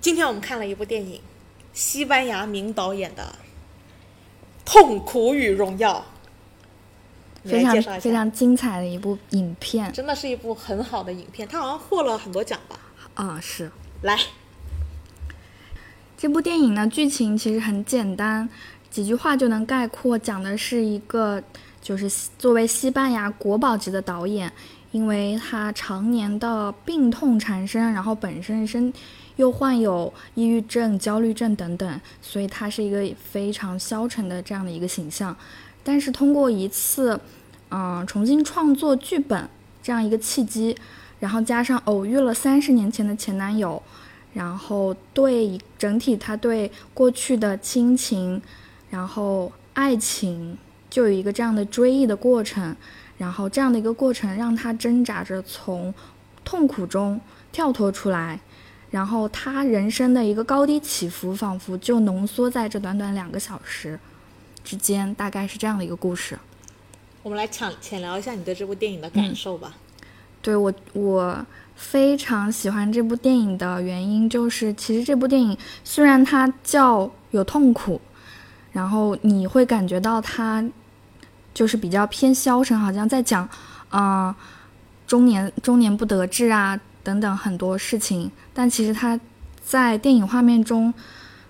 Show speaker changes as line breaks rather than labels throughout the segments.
今天我们看了一部电影，西班牙名导演的《痛苦与荣耀》，你
非
来介
常
绍一
非
下。
常精彩的一部影片
真的是一部很好的影片，它好像获了很多奖吧。
啊、是
来，
这部电影呢，剧情其实很简单，几句话就能概括，讲的是一个就是西作为西班牙国宝级的导演，因为他常年的病痛缠身，然后本身身又患有抑郁症、焦虑症等等，所以他是一个非常消沉的这样的一个形象。但是通过一次，嗯、重新创作剧本这样一个契机，然后加上偶遇了三十年前的前男友，然后对一整体他对过去的亲情，然后爱情，就有一个这样的追忆的过程，然后这样的一个过程让他挣扎着从痛苦中跳脱出来，然后他人生的一个高低起伏，仿佛就浓缩在这短短两个小时之间，大概是这样的一个故事。
我们来浅浅聊一下你对这部电影的感受吧。
对我，我非常喜欢这部电影的原因就是，其实这部电影虽然它叫有痛苦，然后你会感觉到它就是比较偏消沉，好像在讲，嗯、中年中年不得志啊等等很多事情，但其实它在电影画面中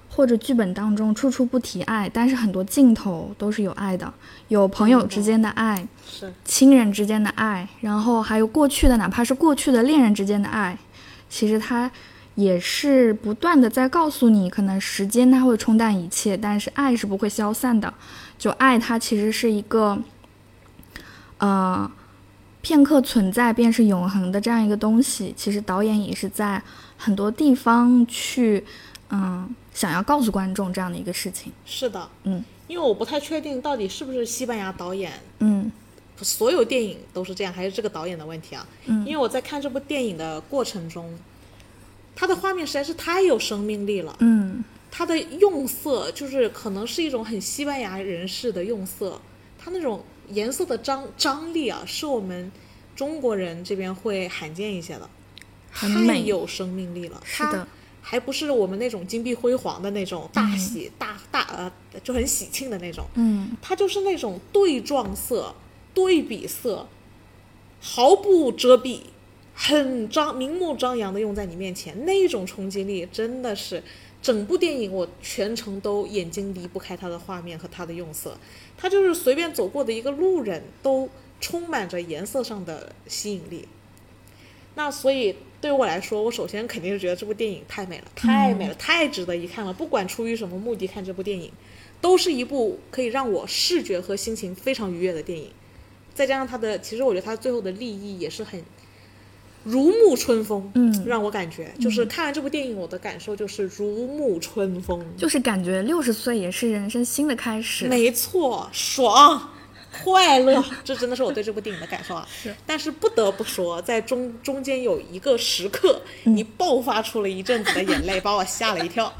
或者剧本当中处处不提爱，但是很多镜头都是有爱的，有朋友之间的爱。
是，
亲人之间的爱，然后还有过去的，哪怕是过去的恋人之间的爱，其实它也是不断的在告诉你，可能时间它会冲淡一切，但是爱是不会消散的。就爱它其实是一个，呃，片刻存在便是永恒的这样一个东西。其实导演也是在很多地方去，嗯，想要告诉观众这样的一个事情。
是的，
嗯，
因为我不太确定到底是不是西班牙导演
嗯
所有电影都是这样，还是这个导演的问题啊？
嗯
因为我在看这部电影的过程中，它的画面实在是太有生命力了，
嗯。
它的用色就是可能是一种很西班牙人士的用色，它那种颜色的张张力啊，是我们中国人这边会罕见一些的，
很
太
美
有生命力了，
是的
它还不是我们那种金碧辉煌的那种大喜、大大呃就很喜庆的那种，
嗯，
它就是那种对撞色、对比色，毫不遮蔽，很张明目张扬的用在你面前，那种冲击力真的是整部电影我全程都眼睛离不开它的画面和它的用色，它就是随便走过的一个路人都充满着颜色上的吸引力。那所以对我来说，我首先肯定是觉得这部电影太美了，
嗯
太美了，太值得一看了。不管出于什么目的看这部电影，都是一部可以让我视觉和心情非常愉悦的电影。再加上它的，其实我觉得它最后的立意也是很如沐春风，
嗯
让我感觉就是看完这部电影，我的感受就是如沐春风，
就是感觉六十岁也是人生新的开始。
没错， 爽。快乐，这真的是我对这部电影的感受啊！是，但是不得不说，在中中间有一个时刻，
嗯
你爆发出了一阵子的眼泪，把我吓了一 跳。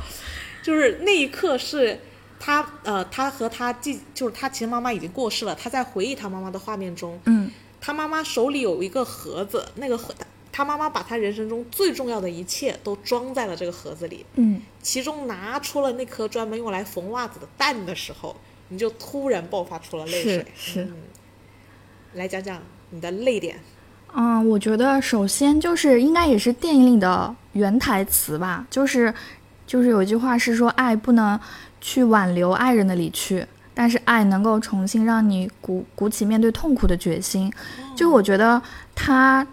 就是那一刻是他呃，他和他继就是他其实妈妈已经过世了，他在回忆他妈妈的画面中，
嗯
他妈妈手里有一个盒子，那个盒他他妈妈把他人生中最重要的一切都装在了这个盒子里，
嗯，
其中拿出了那颗专门用来缝袜子的蛋的时候，你就突然爆发出了泪水嗯
是。是，
来讲讲你的泪点。
嗯，我觉得首先就是应该也是电影里的原台词吧，就是就是有一句话是说爱不能去挽留爱人的离去，但是爱能够重新让你鼓鼓起面对痛苦的决心。就我觉得他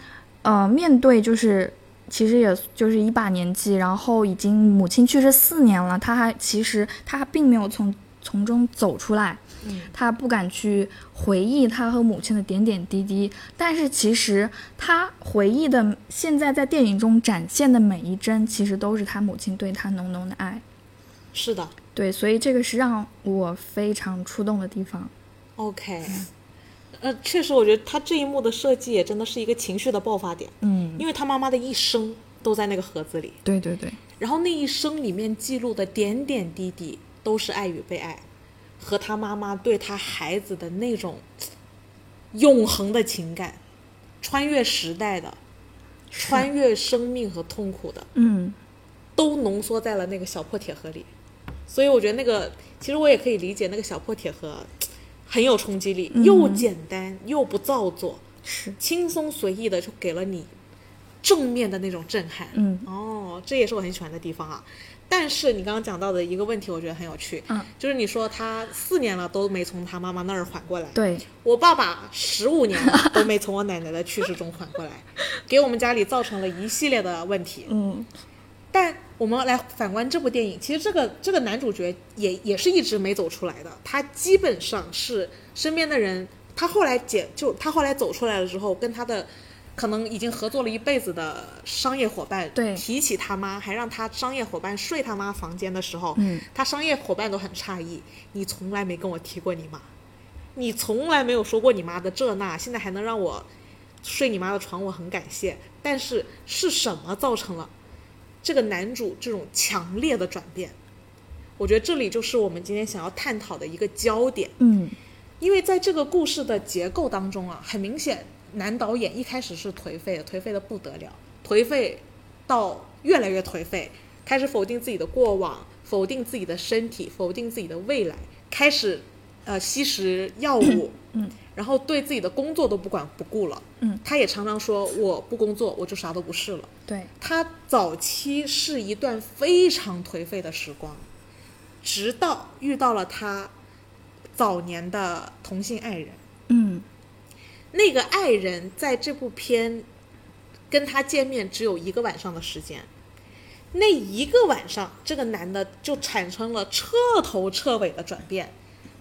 呃面对就是。其实也就是一把年纪，然后已经母亲去世四年了，他还其实他还并没有从从中走出来，
嗯
他不敢去回忆他和母亲的点点滴滴，但是其实他回忆的现在在电影中展现的每一帧，其实都是他母亲对他浓浓的爱。
是的
对，所以这个是让我非常触动的地方。
，OK。呃，
嗯
确实，我觉得他这一幕的设计也真的是一个情绪的爆发点，
嗯，
因为他妈妈的一生都在那个盒子里，
对对对，
然后那一生里面记录的点点滴滴都是爱与被爱，和他妈妈对他孩子的那种嗯永恒的情感，穿越时代的，穿越生命和痛苦的，
嗯，
都浓缩在了那个小破铁盒里。所以我觉得那个，其实我也可以理解那个小破铁盒很有冲击力，又简单又不造作，
是，
轻松随意的就给了你正面的那种震撼。
嗯，
哦，这也是我很喜欢的地方啊。但是你刚刚讲到的一个问题，我觉得很有趣，
嗯，
就是你说他四年了都没从他妈妈那儿缓过来，
对，
我爸爸十五年了都没从我奶奶的去世中缓过来，给我们家里造成了一系列的问题。
嗯，
但我们来反观这部电影，其实这个这个男主角也也是一直没走出来的，他基本上是身边的人，他后来解就他后来走出来了之后，跟他的可能已经合作了一辈子的商业伙伴，
对
提起他妈，还让他商业伙伴睡他妈房间的时候，
嗯，
他商业伙伴都很诧异，你从来没跟我提过你妈，你从来没有说过你妈的这那，现在还能让我睡你妈的床，我很感谢。但是是什么造成了这个男主这种强烈的转变？我觉得这里就是我们今天想要探讨的一个焦点，
嗯，
因为在这个故事的结构当中啊，很明显，男导演一开始是颓废的，颓废的不得了，颓废到越来越颓废，开始否定自己的过往，否定自己的身体，否定自己的未来，开始呃吸食药物，
嗯，
然后对自己的工作都不管不顾了，
嗯，
他也常常说我不工作我就啥都不是了。
对，
他早期是一段非常颓废的时光，直到遇到了他早年的同性爱人。
嗯，
那个爱人在这部片跟他见面只有一个晚上的时间，那一个晚上，这个男的就产生了彻头彻尾的转变，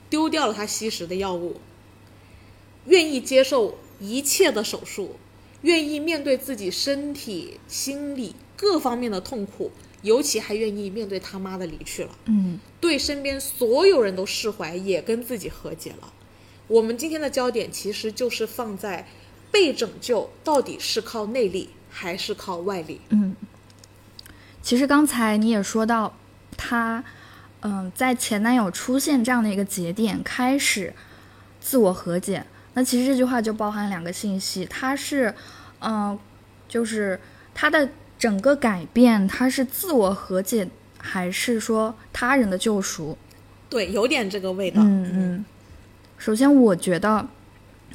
丢掉了他吸食的药物，愿意接受一切的手术，愿意面对自己身体、心理各方面的痛苦，尤其还愿意面对他妈的离去了。
嗯，
对身边所有人都释怀，也跟自己和解了。我们今天的焦点其实就是放在被拯救到底是靠内力还是靠外力？
嗯。其实刚才你也说到，他，嗯、在前男友出现这样的一个节点开始自我和解。那其实这句话就包含两个信息，他是，嗯、就是他的整个改变，他是自我和解，还是说他人的救赎？
对，有点这个味道。
嗯嗯，首先我觉得，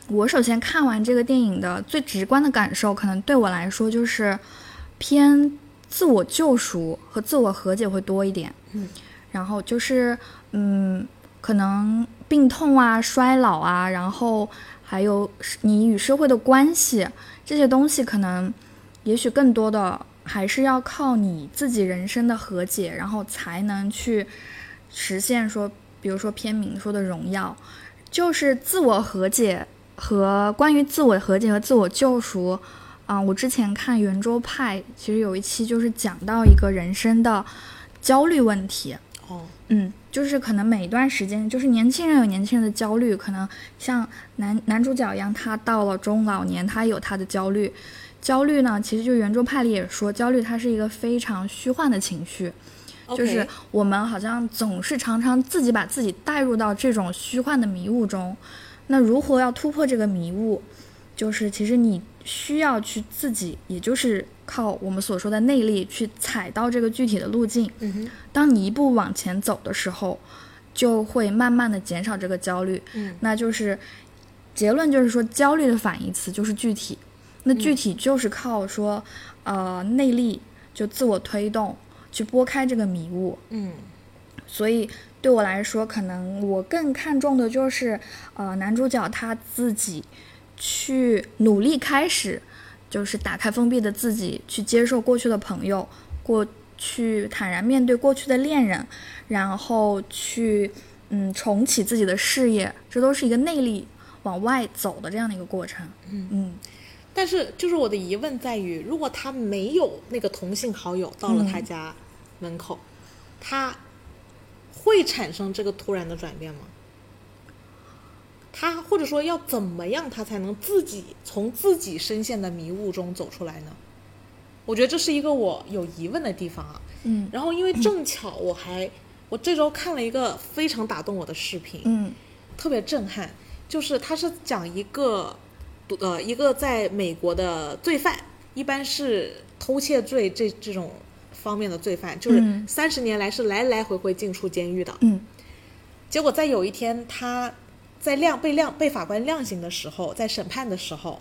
我首先看完这个电影的最直观的感受，可能对我来说就是偏自我救赎和自我和解会多一点。
嗯，
然后就是嗯，可能病痛啊、衰老啊，然后还有是你与社会的关系这些东西，可能也许更多的还是要靠你自己人生的和解，然后才能去实现说，比如说片名说的荣耀，就是自我和解和关于自我和解和自我救赎。啊、我之前看圆桌派，其实有一期就是讲到一个人生的焦虑问题，
哦，
嗯，就是可能每一段时间，就是年轻人有年轻人的焦虑，可能像男男主角一样，他到了中老年，他有他的焦虑。焦虑呢，其实就圆桌派里也说，焦虑它是一个非常虚幻的情绪，就是我们好像总是常常自己把自己带入到这种虚幻的迷雾中。那如何要突破这个迷雾，就是其实你需要去自己，也就是靠我们所说的内力去踩到这个具体的路径。
嗯哼，
当你一步往前走的时候，就会慢慢的减少这个焦虑。
嗯
那就是结论就是说，焦虑的反义词就是具体。那具
嗯
体就是靠说，呃，内力就自我推动去拨开这个迷雾。
嗯
所以对我来说，可能我更看重的就是，呃，男主角他自己去努力开始，就是打开封闭的自己，去接受过去的朋友，过去坦然面对过去的恋人，然后去嗯重启自己的事业，这都是一个内力往外走的这样的一个过程。嗯
但是就是我的疑问在于，如果他没有那个同性好友到了他家门口，他会产生这个突然的转变吗？他或者说要怎么样，他才能自己从自己深陷的迷雾中走出来呢？我觉得这是一个我有疑问的地方啊。
嗯
然后因为正巧我还我这周看了一个非常打动我的视频，
嗯
特别震撼，就是他是讲一个，呃，一个在美国的罪犯，一般是偷窃罪这这种方面的罪犯，就是
嗯
三十年来是来来回回进出监狱的。
嗯
结果在有一天，他在量被量被法官量刑的时候，在审判的时候，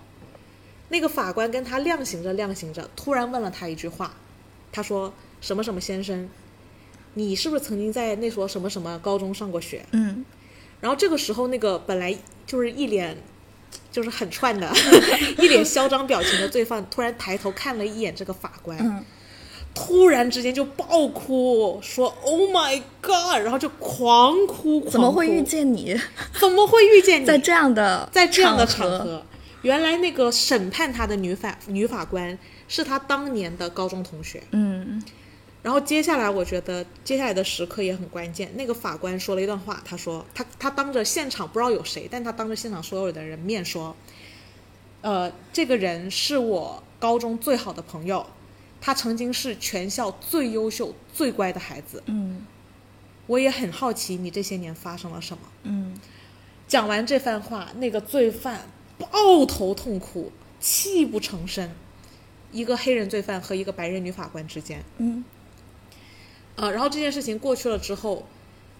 那个法官跟他量刑着量刑着，突然问了他一句话，他说：“什么什么先生，你是不是曾经在那所什么什么高中上过学
嗯，？”
然后这个时候，那个本来就是一脸就是很串 的、一脸嚣张表情的罪犯，突然抬头看了一眼这个法官，
嗯
突然之间就爆哭，说：“Oh my god！” 然后就狂哭，狂哭
怎么会遇 见你
怎么会遇见你
在这样的
在这样的
场
场？合？原来那个审判他的女法女法官是他当年的高中同学。
嗯
然后接下来，我觉得接下来的时刻也很关键。那个法官说了一段话，他说他他当着现场不知道有谁，但他当着现场所有的人面说，呃，这个人是我高中最好的朋友，他曾经是全校最优秀、最乖的孩子。
嗯
我也很好奇你这些年发生了什么。
嗯
讲完这番话，那个罪犯抱头痛哭，泣不成声。一个黑人罪犯和一个白人女法官之间，
嗯
呃，然后这件事情过去了之后，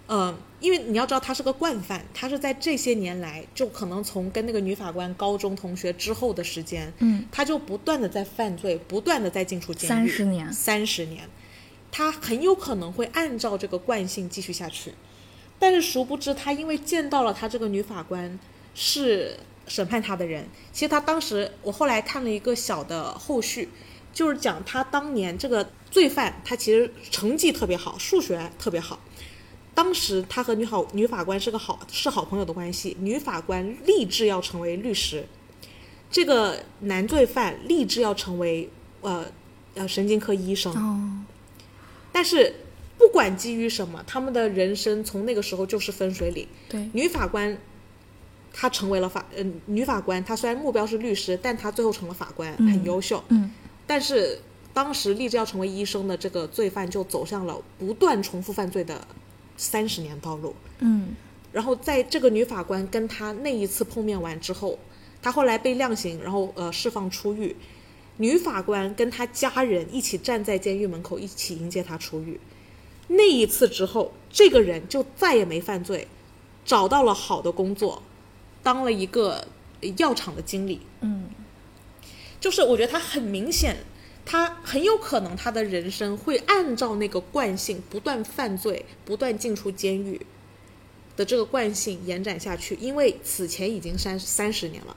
嗯、因为你要知道他是个惯犯，他是在这些年来就可能从跟那个女法官高中同学之后的时间，
嗯，
他就不断的在犯罪，不断的在进出监狱，
30年
三十年，他很有可能会按照这个惯性继续下去。但是殊不知，他因为见到了他这个女法官是审判他的人，其实他当时我后来看了一个小的后续，就是讲他当年这个罪犯，他其实成绩特别好，数学特别好。当时他和女好女法官是个好是好朋友的关系，女法官立志要成为律师，这个男罪犯立志要成为呃呃神经科医生，
哦，
但是不管基于什么，他们的人生从那个时候就是分水岭。
对，
女法官她成为了法，呃，女法官她虽然目标是律师，但她最后成了法官，很优秀。
嗯
但是当时立志要成为医生的这个罪犯就走向了不断重复犯罪的三十年道路。
嗯
然后在这个女法官跟他那一次碰面完之后，他后来被量刑，然后呃释放出狱。女法官跟他家人一起站在监狱门口，一起迎接他出狱。那一次之后，这个人就再也没犯罪，找到了好的工作，当了一个呃药厂的经理。
嗯
就是我觉得他很明显，他很有可能他的人生会按照那个惯性不断犯罪、不断进出监狱的这个惯性延展下去，因为此前已经三三十年了。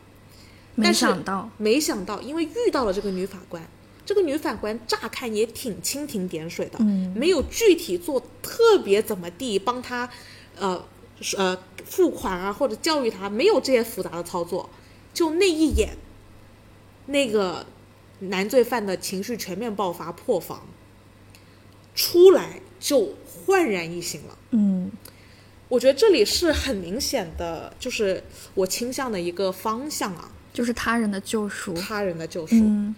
没
但是
想到，
没想到，因为遇到了这个女法官，这个女法官乍看也挺蜻蜓点水的，
嗯
没有具体做特别怎么地帮她，呃是呃付款啊或者教育她，没有这些复杂的操作，就那一眼，那个男罪犯的情绪全面爆发破防，出来就焕然一新了。
嗯
我觉得这里是很明显的，就是我倾向的一个方向啊，
就是他人的救赎。
他人的救赎。
嗯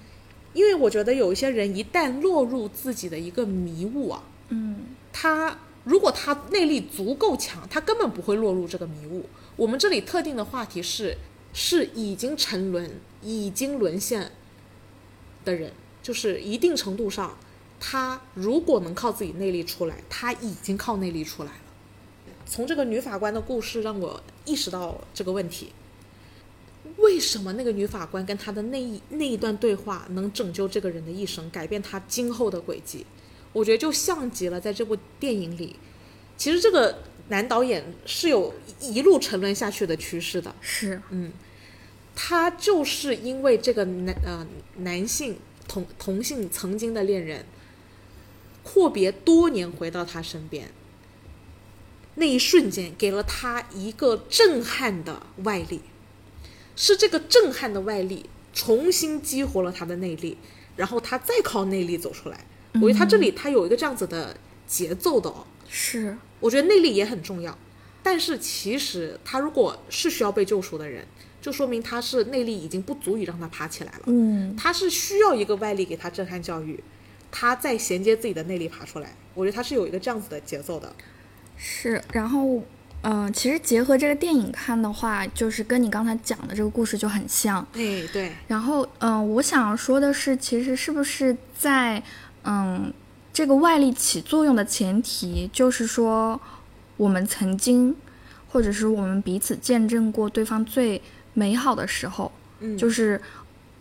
因为我觉得有一些人一旦落入自己的一个迷雾啊，
嗯
他如果他内力足够强，他根本不会落入这个迷雾。我们这里特定的话题是是已经沉沦、已经沦陷的人，就是一定程度上，他如果能靠自己内力出来，他已经靠内力出来了。从这个女法官的故事让我意识到这个问题。为什么那个女法官跟她的那一那一段对话能拯救这个人的一生，改变他今后的轨迹？我觉得就像极了在这部电影里，其实这个男导演是有一路沉沦下去的趋势的。
是
嗯，他就是因为这个男呃男性同同性曾经的恋人阔别多年回到他身边，那一瞬间给了他一个震撼的外力，是这个震撼的外力重新激活了他的内力，然后他再靠内力走出来。我觉得他这里他有一个这样子的节奏的哦。
是，
我觉得内力也很重要，但是其实他如果是需要被救赎的人，就说明他是内力已经不足以让他爬起来了，
嗯
他是需要一个外力给他震撼教育，他再衔接自己的内力爬出来。我觉得他是有一个这样子的节奏的，
是。然后，嗯，其实结合这个电影看的话，就是跟你刚才讲的这个故事就很像。
哎，对，
然后，嗯、我想说的是，其实是不是在嗯、这个外力起作用的前提就是说，我们曾经，或者是我们彼此见证过对方最美好的时候，
嗯
就是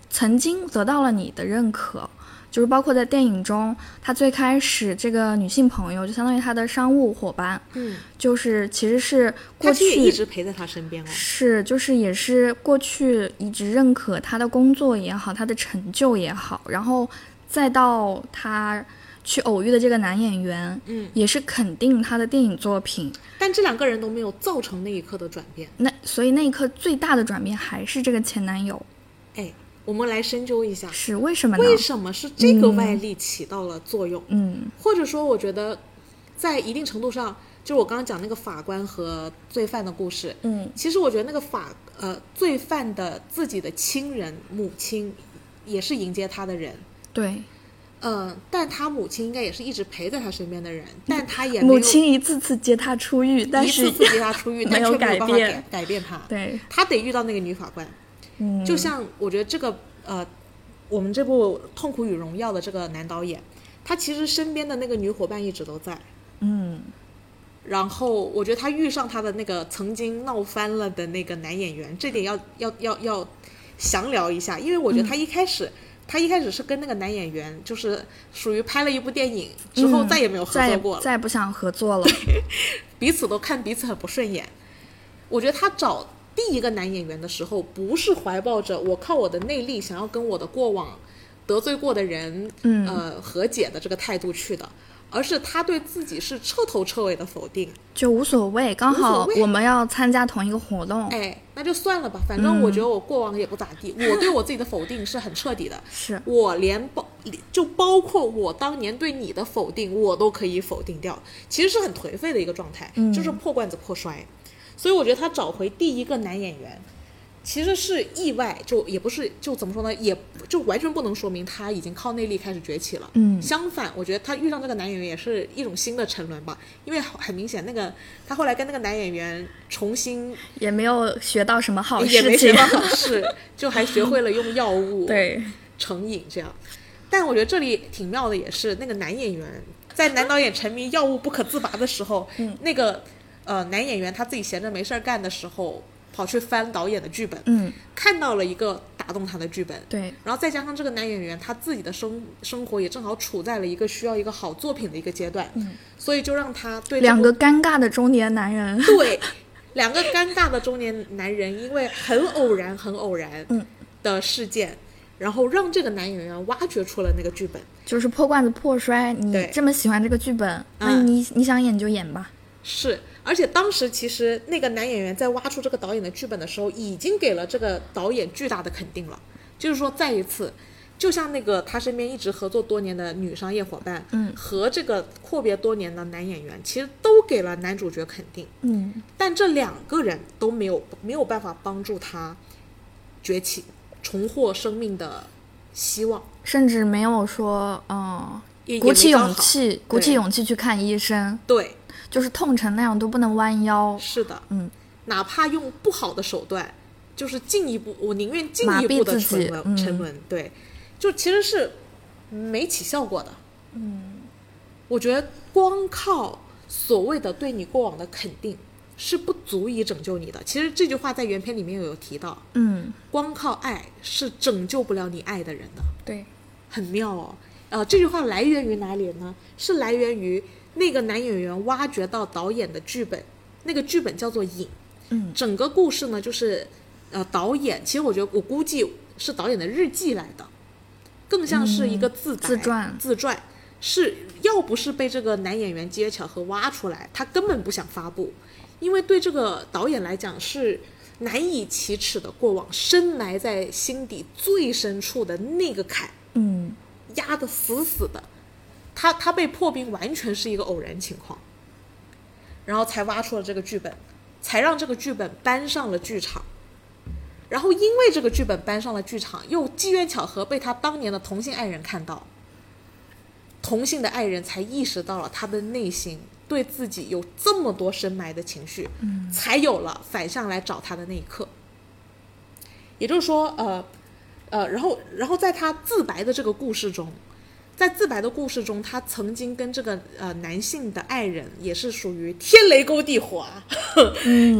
曾经得到了你的认可，就是包括在电影中，她最开始这个女性朋友就相当于她的商务伙伴，
嗯，
就是其实是
他
过
其实也一
去
直陪在他身边哦。
是，就是也是过去一直认可他的工作也好，他的成就也好，然后再到他去偶遇的这个男演员，
嗯，
也是肯定他的电影作品。
但这两个人都没有造成那一刻的转变。
那所以那一刻最大的转变还是这个前男友，
哎，我们来深究一下，
是为什么呢？
为什么是这个外力起到了作用？
嗯
或者说，我觉得在一定程度上，就是我刚刚讲那个法官和罪犯的故事，
嗯
其实我觉得那个法呃罪犯的自己的亲人母亲也是迎接他的人。
对，
嗯，但他母亲应该也是一直陪在他身边的人，但他也没有
嗯母亲一次次接他出狱，但
一次
是
次接他 出狱，
没
但
有
却没
改
有办法
变
改改变他。
对，
他得遇到那个女法官，
嗯，
就像我觉得这个呃，我们这部《痛苦与荣耀》的这个男导演，他其实身边的那个女伙伴一直都在。
嗯
然后我觉得他遇上他的那个曾经闹翻了的那个男演员，这点要要要要详聊一下，因为我觉得他
嗯
一开始、他一开始是跟那个男演员就是属于拍了一部电影之后
嗯
再也没有合
再
作
也
过了，
再也不想合作了。
彼此都看彼此很不顺眼。我觉得他找第一个男演员的时候，不是怀抱着我靠我的内力想要跟我的过往得罪过的人，
嗯
呃和解的这个态度去的，而是他对自己是彻头彻尾的否定。
就无所谓，刚好
谓
我们要参加同一个活动，
哎，那就算了吧，反正我觉得
嗯
我过往也不咋地，我对我自己的否定是很彻底的。
是
我连包就包括我当年对你的否定，我都可以否定掉，其实是很颓废的一个状态，
嗯
就是破罐子破摔。所以我觉得他找回第一个男演员，其实是意外，就也不是就怎么说呢，也就完全不能说明他已经靠内力开始崛起了。
嗯
相反，我觉得他遇上这个男演员也是一种新的沉沦吧，因为很明显，那个他后来跟那个男演员重新
也没有学到什么好
也没
事
学
情
到。好事，就还学会了用药物
对，
成瘾这样。但我觉得这里挺妙的，也是那个男演员在男导演沉迷药物不可自拔的时候，
嗯
那个呃男演员他自己闲着没事儿干的时候，跑去翻导演的剧本，
嗯，
看到了一个打动他的剧本，
对，
然后再加上这个男演员他自己的生生活也正好处在了一个需要一个好作品的一个阶段，嗯、所以就让他对这
两
部
个尴尬的中年男人，
对，两个尴尬的中年男人，因为很偶然、很偶然
嗯
的事件，然后让这个男演员挖掘出了那个剧本。
就是破罐子破摔。你
对
这么喜欢这个剧本，那
嗯
你你想演就演吧。
是，而且当时其实那个男演员在挖出这个导演的剧本的时候，已经给了这个导演巨大的肯定了。就是说，再一次，就像那个他身边一直合作多年的女商业伙伴，
嗯
和这个阔别多年的男演员，其实都给了男主角肯定。
嗯，
但这两个人都没有没有办法帮助他崛起，重获生命的希望，
甚至没有说，嗯、
也也
鼓
没
起
找
勇
好
气，鼓起
对
勇气去看医生，
对，
就是痛成那样都不能弯腰。
是的，
嗯，
哪怕用不好的手段，就是进一步，我宁愿进
麻
一
痹
步的
自己
沉沦，
嗯
沉沦，对，就其实是没起效果的。嗯，我觉得光靠所谓的对你过往的肯定是不足以拯救你的。其实这句话在原片里面有提到，
嗯，
光靠爱是拯救不了你爱的人的。
对，
很妙哦。呃，这句话来源于哪里呢？是来源于那个男演员挖掘到导演的剧本，那个剧本叫做《影》。
嗯，
整个故事呢，就是呃，导演其实我觉得我估计是导演的日记来的，更像是一个自白、
嗯自传
自传是要不是被这个男演员接巧和挖出来，他根本不想发布，因为对这个导演来讲是难以启齿的过往，深埋在心底最深处的那个坎。
嗯，
压得死死的。他他被破冰完全是一个偶然情况，然后才挖出了这个剧本，才让这个剧本搬上了剧场。然后因为这个剧本搬上了剧场，又机缘巧合被他当年的同性爱人看到，同性的爱人才意识到了他的内心对自己有这么多深埋的情绪，
嗯
才有了反向来找他的那一刻。也就是说，呃，呃，然后然后在他自白的这个故事中，在自白的故事中，他曾经跟这个呃男性的爱人也是属于天雷勾地火啊，
嗯，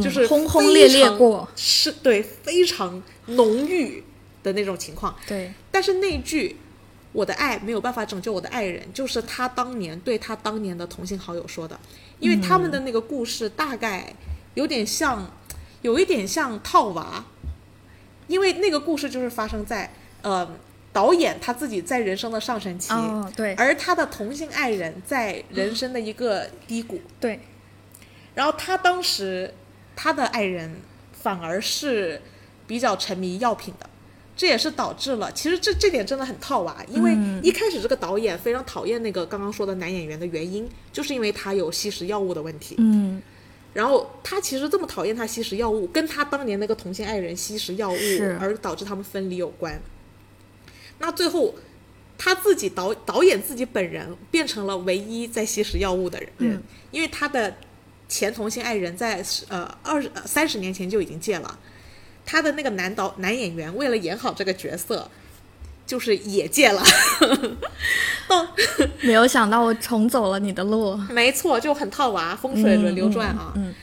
就是
轰轰烈
非
烈
常
过，
是对非常浓郁的那种情况。
对，
但是那句“我的爱没有办法拯救我的爱人”，就是他当年对他当年的同性好友说的，因为他们的那个故事大概有点像，有一点像套娃，因为那个故事就是发生在呃导演他自己在人生的上升期，
哦，对
而他的同性爱人在人生的一个低谷，
对，
然后他当时他的爱人反而是比较沉迷药品的，这也是导致了。其实这这点真的很套娃，因为一开始这个导演非常讨厌那个刚刚说的男演员的原因，就是因为他有吸食药物的问题。
嗯，
然后他其实这么讨厌他吸食药物，跟他当年那个同性爱人吸食药物
是
而导致他们分离有关。那最后他自己导导演自己本人变成了唯一在吸食药物的人，
嗯
因为他的前同性爱人在呃二十三十年前就已经戒了。他的那个男导男演员为了演好这个角色，就是也戒了。
没有想到我重走了你的路，
没错，就很套娃，风水轮流转啊。
嗯嗯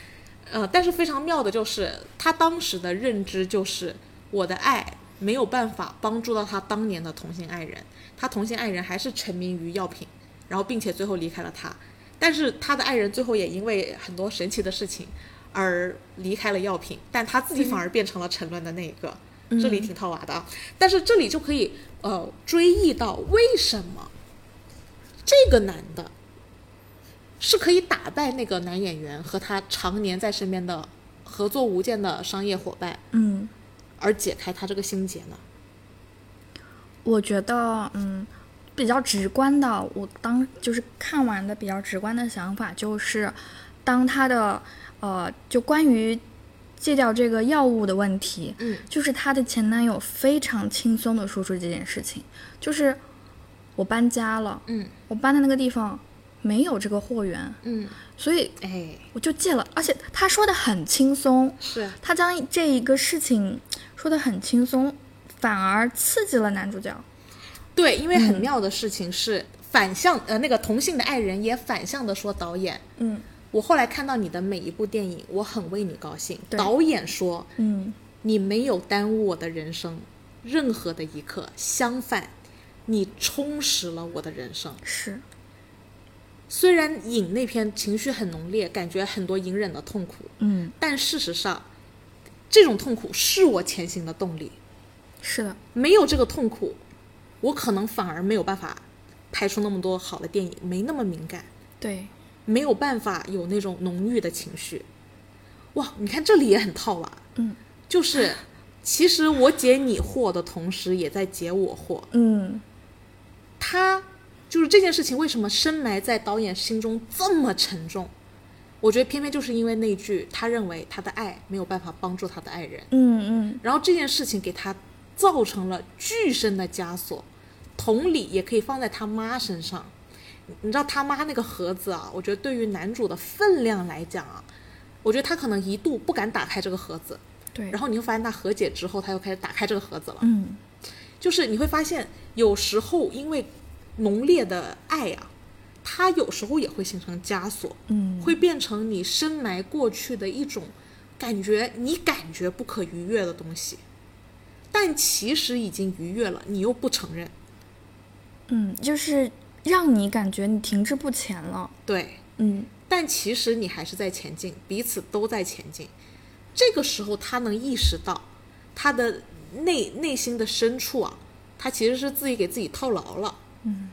呃，但是非常妙的就是，他当时的认知就是，我的爱没有办法帮助到他当年的同性爱人，他同性爱人还是沉迷于药品，然后并且最后离开了他。但是他的爱人最后也因为很多神奇的事情而离开了药品，但他自己反而变成了沉沦的那一个。
嗯
这里挺套娃的啊，但是这里就可以呃追忆到为什么这个男的是可以打败那个男演员和他常年在身边的合作无间的商业伙伴，
嗯，
而解开他这个心结呢？
我觉得，嗯，比较直观的，我当就是看完的比较直观的想法就是，当他的呃，就关于戒掉这个药物的问题，
嗯，
就是她的前男友非常轻松的说出这件事情，就是我搬家了，
嗯
我搬的那个地方没有这个货源，
嗯，
所以
哎，
我就戒了，而且他说的很轻松，
是啊，
他将这一个事情说的很轻松，反而刺激了男主角。
对，因为很妙的事情是、反向，呃，那个同性的爱人也反向的说导演，
嗯
我后来看到你的每一部电影，我很为你高兴。
对
导演说
嗯，
你没有耽误我的人生任何的一刻，相反，你充实了我的人生。
是，
虽然影那篇情绪很浓烈，感觉很多隐忍的痛苦，
嗯，
但事实上，这种痛苦是我前行的动力。
是的，
没有这个痛苦，我可能反而没有办法拍出那么多好的电影，没那么敏感，
对，
没有办法有那种浓郁的情绪。哇，你看这里也很套娃，
嗯
就是其实我解你惑的同时，也在解我惑。
嗯，
他就是这件事情为什么深埋在导演心中这么沉重？我觉得偏偏就是因为那句他认为他的爱没有办法帮助他的爱人，
嗯嗯，
然后这件事情给他造成了巨深的枷锁。同理，也可以放在他妈身上。你你知道他妈那个盒子啊，我觉得对于男主的分量来讲啊，我觉得他可能一度不敢打开这个盒子，
对，
然后你会发现他和解之后，他又开始打开这个盒子了。
嗯，
就是你会发现，有时候因为浓烈的爱啊，它有时候也会形成枷锁，
嗯，
会变成你深埋过去的一种感觉，你感觉不可逾越的东西，但其实已经逾越了，你又不承认。
嗯，就是让你感觉你停滞不前了。
对，
嗯
但其实你还是在前进，彼此都在前进。这个时候，他能意识到他的内内心的深处啊，他其实是自己给自己套牢了。嗯，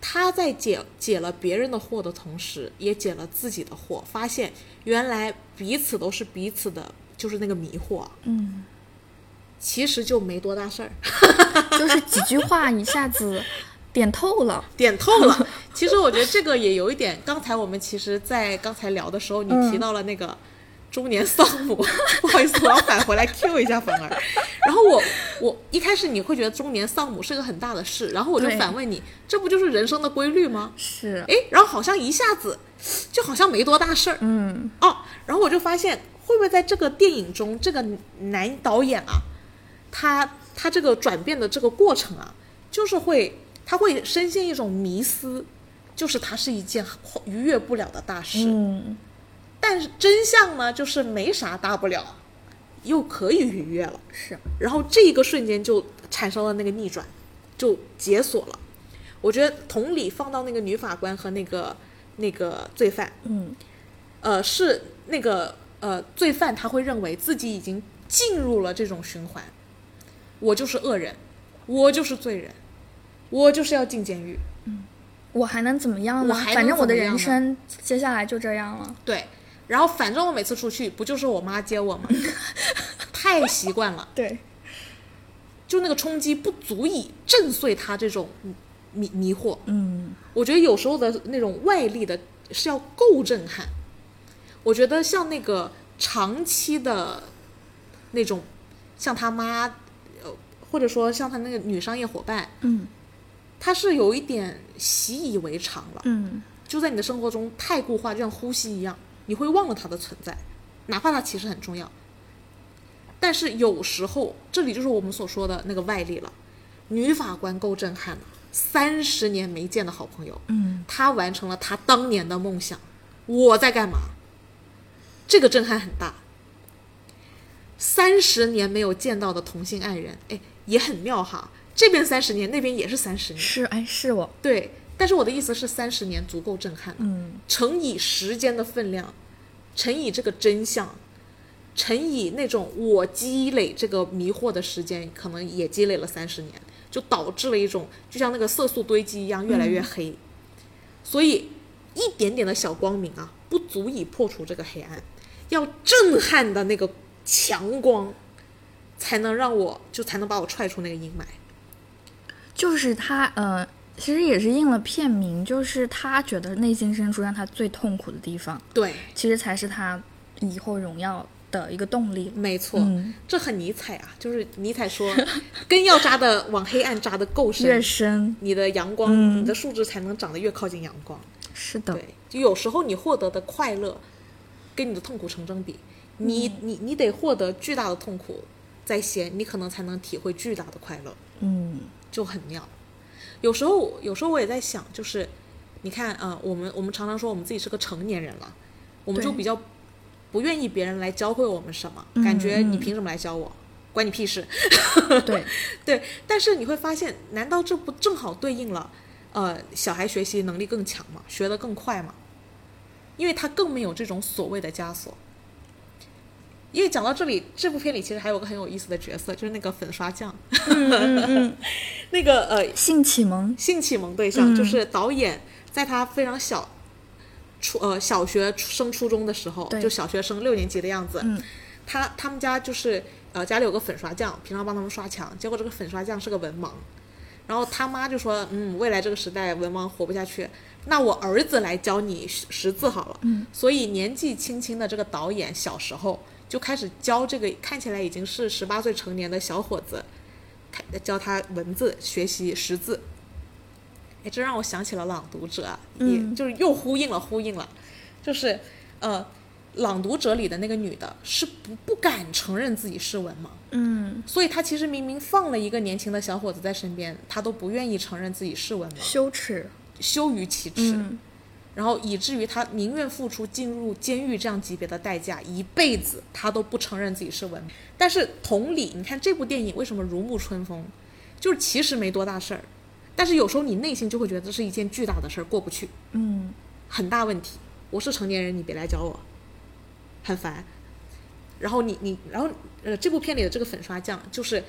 他在解解了别人的惑的同时，也解了自己的惑，发现原来彼此都是彼此的，就是那个迷惑啊，
嗯，
其实就没多大事儿。
就是几句话一下子点透了。
点透 了。其实我觉得这个也有一点，刚才我们其实，在刚才聊的时候，你
嗯
提到了那个中年丧母， 不好意思，我要返回来 Q 一下反而。然后我我一开始你会觉得中年丧母是个很大的事，然后我就
对
反问你，这不就是人生的规律吗？
是，
诶，然后好像一下子就好像没多大事儿，
嗯
哦，然后我就发现，会不会在这个电影中，这个男导演啊，他他这个转变的这个过程啊，就是会他会深陷一种迷思，就是它是一件逾越不了的大事。
嗯，
但是真相呢，就是没啥大不了，又可以逾越了。
是，
然后这一个瞬间就产生了那个逆转，就解锁了。我觉得同理放到那个女法官和那个那个罪犯，
嗯
呃，是那个呃罪犯他会认为自己已经进入了这种循环，我就是恶人，我就是罪人，我就是要进监狱。
我还能怎么样
我
呢？
还能
反正我的
怎么样
人
呢
生接下来就这样了。
对，然后反正我每次出去不就是我妈接我吗？ 太习惯了，
对，
就那个冲击不足以震碎他这种迷迷惑。
嗯
我觉得有时候的那种外力的是要够震撼。我觉得像那个长期的那种，像他妈，呃，或者说像他那个女商业伙伴，
嗯
他是有一点习以为常了，
嗯
就在你的生活中太固化，就像呼吸一样，你会忘了它的存在，哪怕它其实很重要。但是有时候，这里就是我们所说的那个外力了。女法官够震撼了，三十年没见的好朋友，
嗯，
他完成了他当年的梦想。我在干嘛？这个震撼很大。三十年没有见到的同性爱人，哎，也很妙哈。这边三十年，那边也是三十年，
是，哎，是我，
对。但是我的意思是，三十年足够震撼了。
嗯
乘以时间的分量，乘以这个真相，乘以那种我积累这个迷惑的时间，可能也积累了三十年，就导致了一种就像那个色素堆积一样越来越黑。所以一点点的小光明啊，不足以破除这个黑暗，要震撼的那个强光，才能让我就才能把我踹出那个阴霾。
就是他，呃，其实也是应了片名，就是他觉得内心深处让他最痛苦的地方，
对，
其实才是他以后荣耀的一个动力。
没错，
嗯
这很尼采啊，就是尼采说， 根要扎的往黑暗扎的够
越
深，
深，
你的阳光，
嗯
你的树枝才能长得越靠近阳光。
是的，
对，就有时候你获得的快乐，跟你的痛苦成正比，
嗯
你、你你得获得巨大的痛苦在先，你可能才能体会巨大的快乐，
嗯
就很妙。有时候，有时候我也在想，就是你看，呃，我们我们常常说我们自己是个成年人了，我们就
对
比较不愿意别人来教会我们什么，
嗯
感觉你
嗯
凭什么来教我，关你屁事。
对，
对，但是你会发现，难道这不正好对应了，呃，小孩学习能力更强嘛，学得更快嘛？因为他更没有这种所谓的枷锁。因为讲到这里，这部片里其实还有个很有意思的角色，就是那个粉刷匠， 那个呃
性启蒙，
性启蒙对象，
嗯
就是导演在他非常小，初呃小学升初中的时候，
对
就小学生六年级的样子，
嗯
他他们家就是呃家里有个粉刷匠，平常帮他们刷墙，结果这个粉刷匠是个文盲，然后他妈就说，嗯，未来这个时代文盲活不下去，那我儿子来教你识识字好了。
嗯，
所以年纪轻轻的这个导演小时候就开始教这个看起来已经是十八岁成年的小伙子，开教他文字学习识字。哎，这让我想起了《朗读者》啊，
嗯
也就是又呼应了呼应了，就是呃，《朗读者》里的那个女的是不不敢承认自己是文盲。
嗯，
所以她其实明明放了一个年轻的小伙子在身边，她都不愿意承认自己是文盲，
羞耻，
羞于启齿，
嗯
然后以至于她宁愿付出进入监狱这样级别的代价，一辈子她都不承认自己是文盲。但是同理，你看这部电影为什么如沐春风，就是其实没多大事儿，但是有时候你内心就会觉得这是一件巨大的事儿，过不去。
嗯，
很大问题。我是成年人，你别来教我，很烦。然后你你然后呃，这部片里的这个粉刷匠就是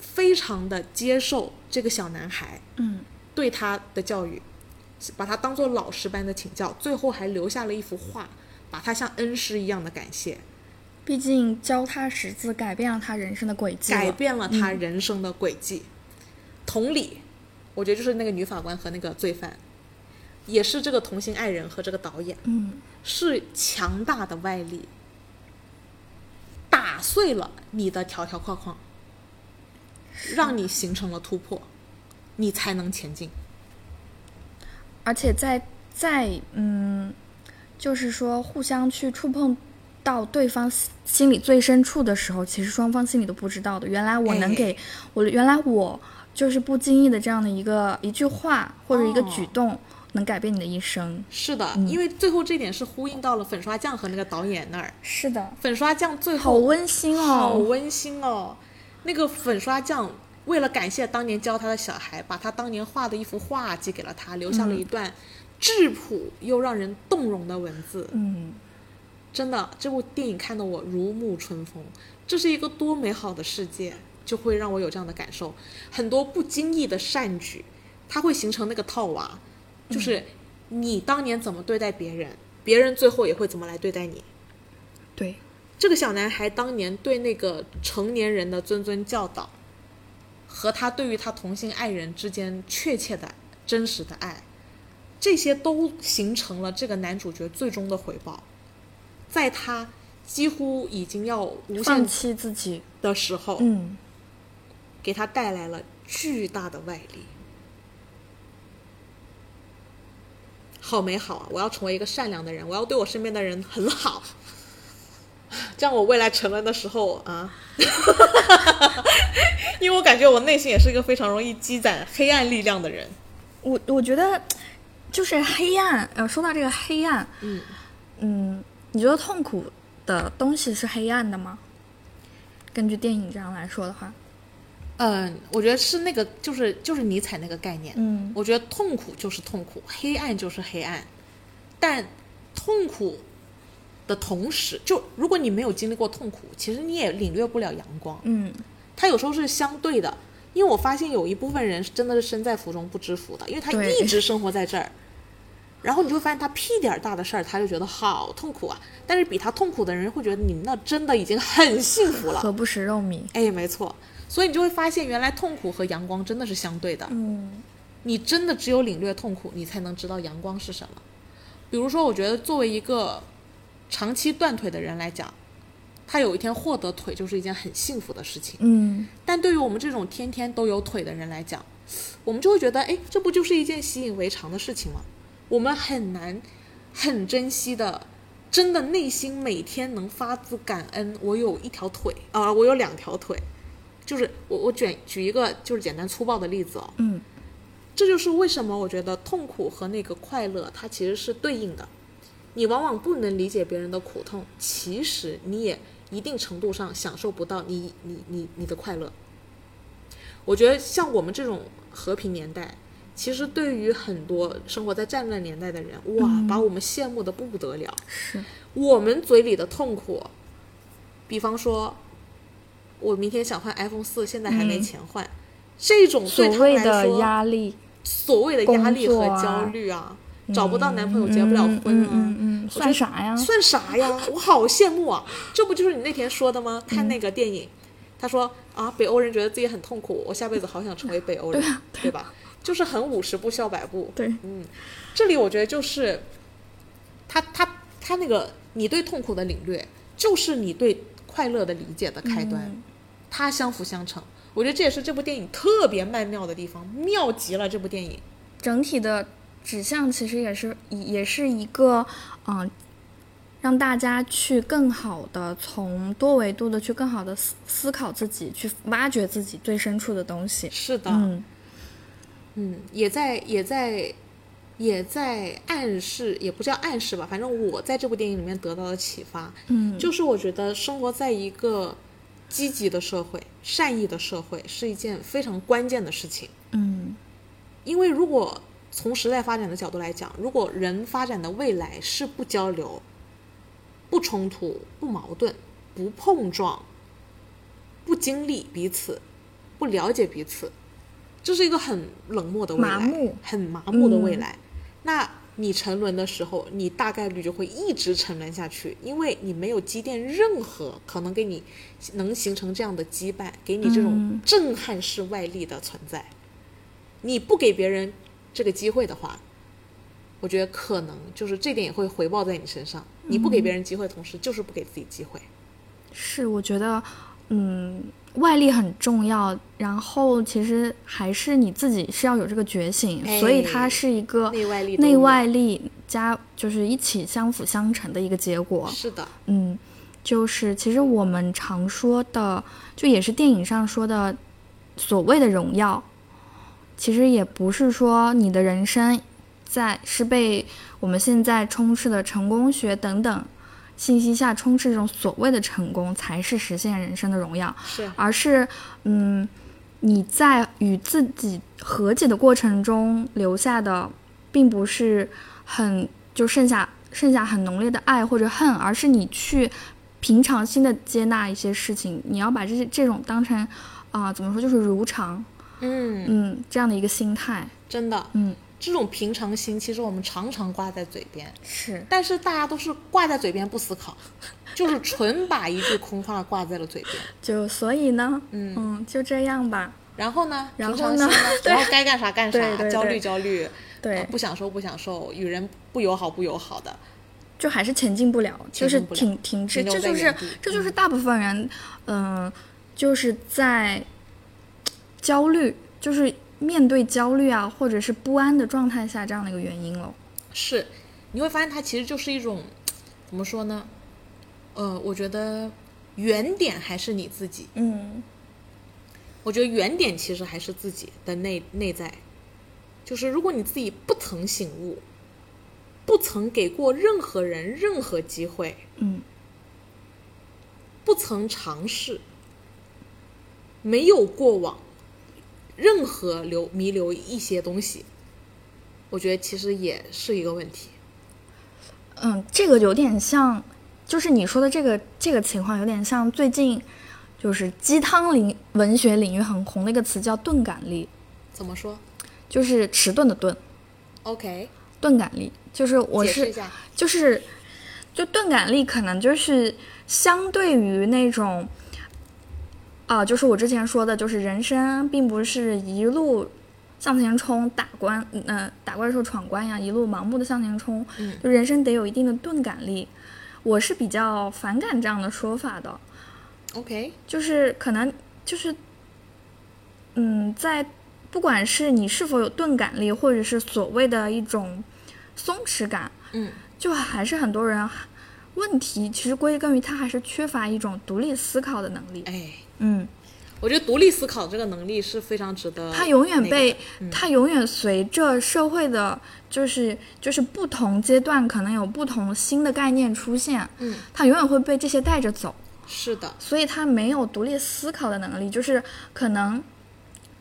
非常的接受这个小男孩
嗯
对他的教育，把他当做老师般的请教，最后还留下了一幅画，把他像恩师一样的感谢，
毕竟教他识字，改变了他人生的轨迹了，嗯
改变了他人生的轨迹。同理，我觉得就是那个女法官和那个罪犯，也是这个同性爱人和这个导演。
嗯，
是强大的外力打碎了你的条条框框，让你形成了突破，你才能前进。
而且在在嗯，就是说互相去触碰到对方心心里最深处的时候，其实双方心里都不知道的。原来我
哎
能给、我，原来我就是不经意的这样的一个一句话或者一个举动，能改变你的一生。
是的，因为最后这点是呼应到了粉刷匠和那个导演那儿。
是的，
粉刷匠最
好
后
温馨
好
哦。
温馨哦！那个粉刷匠为了感谢当年教他的小孩，把他当年画的一幅画寄给了他，留下了一段质朴又让人动容的文字。
嗯，
真的，这部电影看得我如沐春风。这是一个多美好的世界，就会让我有这样的感受。很多不经意的善举，它会形成那个套娃，就是你当年怎么对待别人，别人最后也会怎么来对待你。
对，
这个小男孩当年对那个成年人的谆谆教导，和他对于他同性爱人之间确切的、真实的爱，这些都形成了这个男主角最终的回报。在他几乎已经要无
放
限
弃自己。
的时候，
嗯，
给他带来了巨大的外力。好美好啊！我要成为一个善良的人，我要对我身边的人很好， 这样我未来成人的时候啊， 因为我感觉我内心也是一个非常容易积攒黑暗力量的人。
我我觉得就是黑暗。呃，说到这个黑暗，
嗯
嗯，你觉得痛苦的东西是黑暗的吗？根据电影这样来说的话，
嗯，我觉得是那个，就是就是尼采那个概念，
嗯，
我觉得痛苦就是痛苦，黑暗就是黑暗，但痛苦的同时，就如果你没有经历过痛苦，其实你也领略不了阳光。
嗯，
它有时候是相对的，因为我发现有一部分人是真的是身在福中不知福的，因为他
对
一直生活在这儿，然后你就会发现他屁点儿大的事儿，他就觉得好痛苦啊。但是比他痛苦的人会觉得你那真的已经很幸福了。
何不食肉糜？
哎，没错，所以你就会发现原来痛苦和阳光真的是相对的。
嗯
你真的只有领略痛苦，你才能知道阳光是什么。比如说，我觉得作为一个长期断腿的人来讲，他有一天获得腿就是一件很幸福的事情。
嗯，
但对于我们这种天天都有腿的人来讲，我们就会觉得，哎，这不就是一件习以为常的事情吗？我们很难很珍惜的，真的内心每天能发自感恩，我有一条腿啊、我有两条腿。就是我我举举一个就是简单粗暴的例子哦，
嗯，
这就是为什么我觉得痛苦和那个快乐它其实是对应的。你往往不能理解别人的苦痛，其实你也一定程度上享受不到你你你你的快乐。我觉得像我们这种和平年代，其实对于很多生活在战乱年代的人，哇，
嗯
把我们羡慕的不得了。
是，
我们嘴里的痛苦，比方说，我明天想换 iPhone 四，现在还没钱换，这种
嗯所
对他们
谓
来
的
说，
压力，
所谓的压力
工
和
作啊
焦虑啊，找不到男朋友，结不了
嗯
婚
嗯
啊。
嗯嗯，
我觉得
算啥呀？
算啥呀？我好羡慕啊！这不就是你那天说的吗？看那个电影，他说啊，北欧人觉得自己很痛苦，我下辈子好想成为北欧人，对吧？就是很五十步笑百步。嗯
对，
这里我觉得就是，他他他那个你对痛苦的领略，就是你对快乐的理解的开端，它相辅相成。我觉得这也是这部电影特别曼妙的地方，妙极了！这部电影，
整体的指向其实也是也是一个嗯、呃让大家去更好的从多维度的去更好的思思考自己，去挖掘自己最深处的东西。
是的，
嗯，
嗯，也在也在也在暗示，也不叫暗示吧，反正我在这部电影里面得到的启发，
嗯，
就是我觉得生活在一个积极的社会、善意的社会是一件非常关键的事情。
嗯，
因为如果从时代发展的角度来讲，如果人发展的未来是不交流、不冲突、不矛盾、不碰撞、不经历彼此、不了解彼此，这是一个很冷漠的未来，
麻木
很麻木的未来。那你沉沦的时候，你大概率就会一直沉沦下去，因为你没有积淀任何可能给你能形成这样的羁绊，给你这
嗯
种震撼式外力的存在。你不给别人这个机会的话，我觉得可能就是这点也会回报在你身上。你不给别人机会，同时就是不给自己机会。
是，我觉得，嗯，外力很重要。然后其实还是你自己是要有这个觉醒，所以它
哎
是一个
内外力都
嗯内
有
外力加就是一起相辅相成的一个结果。
是的，
嗯，就是其实我们常说的，就也是电影上说的所谓的荣耀，其实也不是说你的人生在是被我们现在充斥的成功学等等信息下充斥这种所谓的成功才是实现人生的荣耀，
是
而是嗯你在与自己和解的过程中留下的，并不是很就剩下剩下很浓烈的爱或者恨，而是你去平常心的接纳一些事情，你要把这些这种当成啊、怎么说就是如常，
嗯，
嗯这样的一个心态，
真的，
嗯
这种平常心其实我们常常挂在嘴边，
是
但是大家都是挂在嘴边不思考， 就是纯把一句空话挂在了嘴边。
就所以呢，
嗯
就这样吧，
然后呢？
然后
平常心
呢
呢然后该干啥干啥，
对对对
焦虑焦虑，
对
啊，不享受不享受，与人不友好不友好的，
就还是前进不了，
前
就是
进不了
停停滞，
停留
这
在
就是
原地
这就是大部分人，嗯、就是在焦虑，就是面对焦虑啊，或者是不安的状态下这样的一个原因喽。
是，你会发现它其实就是一种，怎么说呢？呃，我觉得原点还是你自己，
嗯，
我觉得原点其实还是自己的内内在，就是如果你自己不曾醒悟，不曾给过任何人任何机会，
嗯，
不曾尝试，没有过往任何留弥留一些东西，我觉得其实也是一个问题。
嗯，这个有点像，就是你说的这个这个情况，有点像最近就是鸡汤领文学领域很红的一个词叫钝感力，
怎么说
就是迟钝的钝，
？OK，
钝感力，就是我
解释一
是
下。
就是就钝感力可能就是相对于那种。啊，就是我之前说的，就是人生并不是一路向前冲，打关，嗯、呃，打怪兽闯关呀，一路盲目的向前冲，
嗯
就人生得有一定的钝感力。我是比较反感这样的说法的，
，OK，
就是可能就是，嗯，在不管是你是否有钝感力，或者是所谓的一种松弛感，
嗯，
就还是很多人问题其实归根于他还是缺乏一种独立思考的能力。
哎，
嗯，
我觉得独立思考这个能力是非常值得那个的。嗯
他永远被、他永远随着社会的，就是就是不同阶段可能有不同新的概念出现，
嗯，
他永远会被这些带着走。
是的，
所以他没有独立思考的能力，就是可能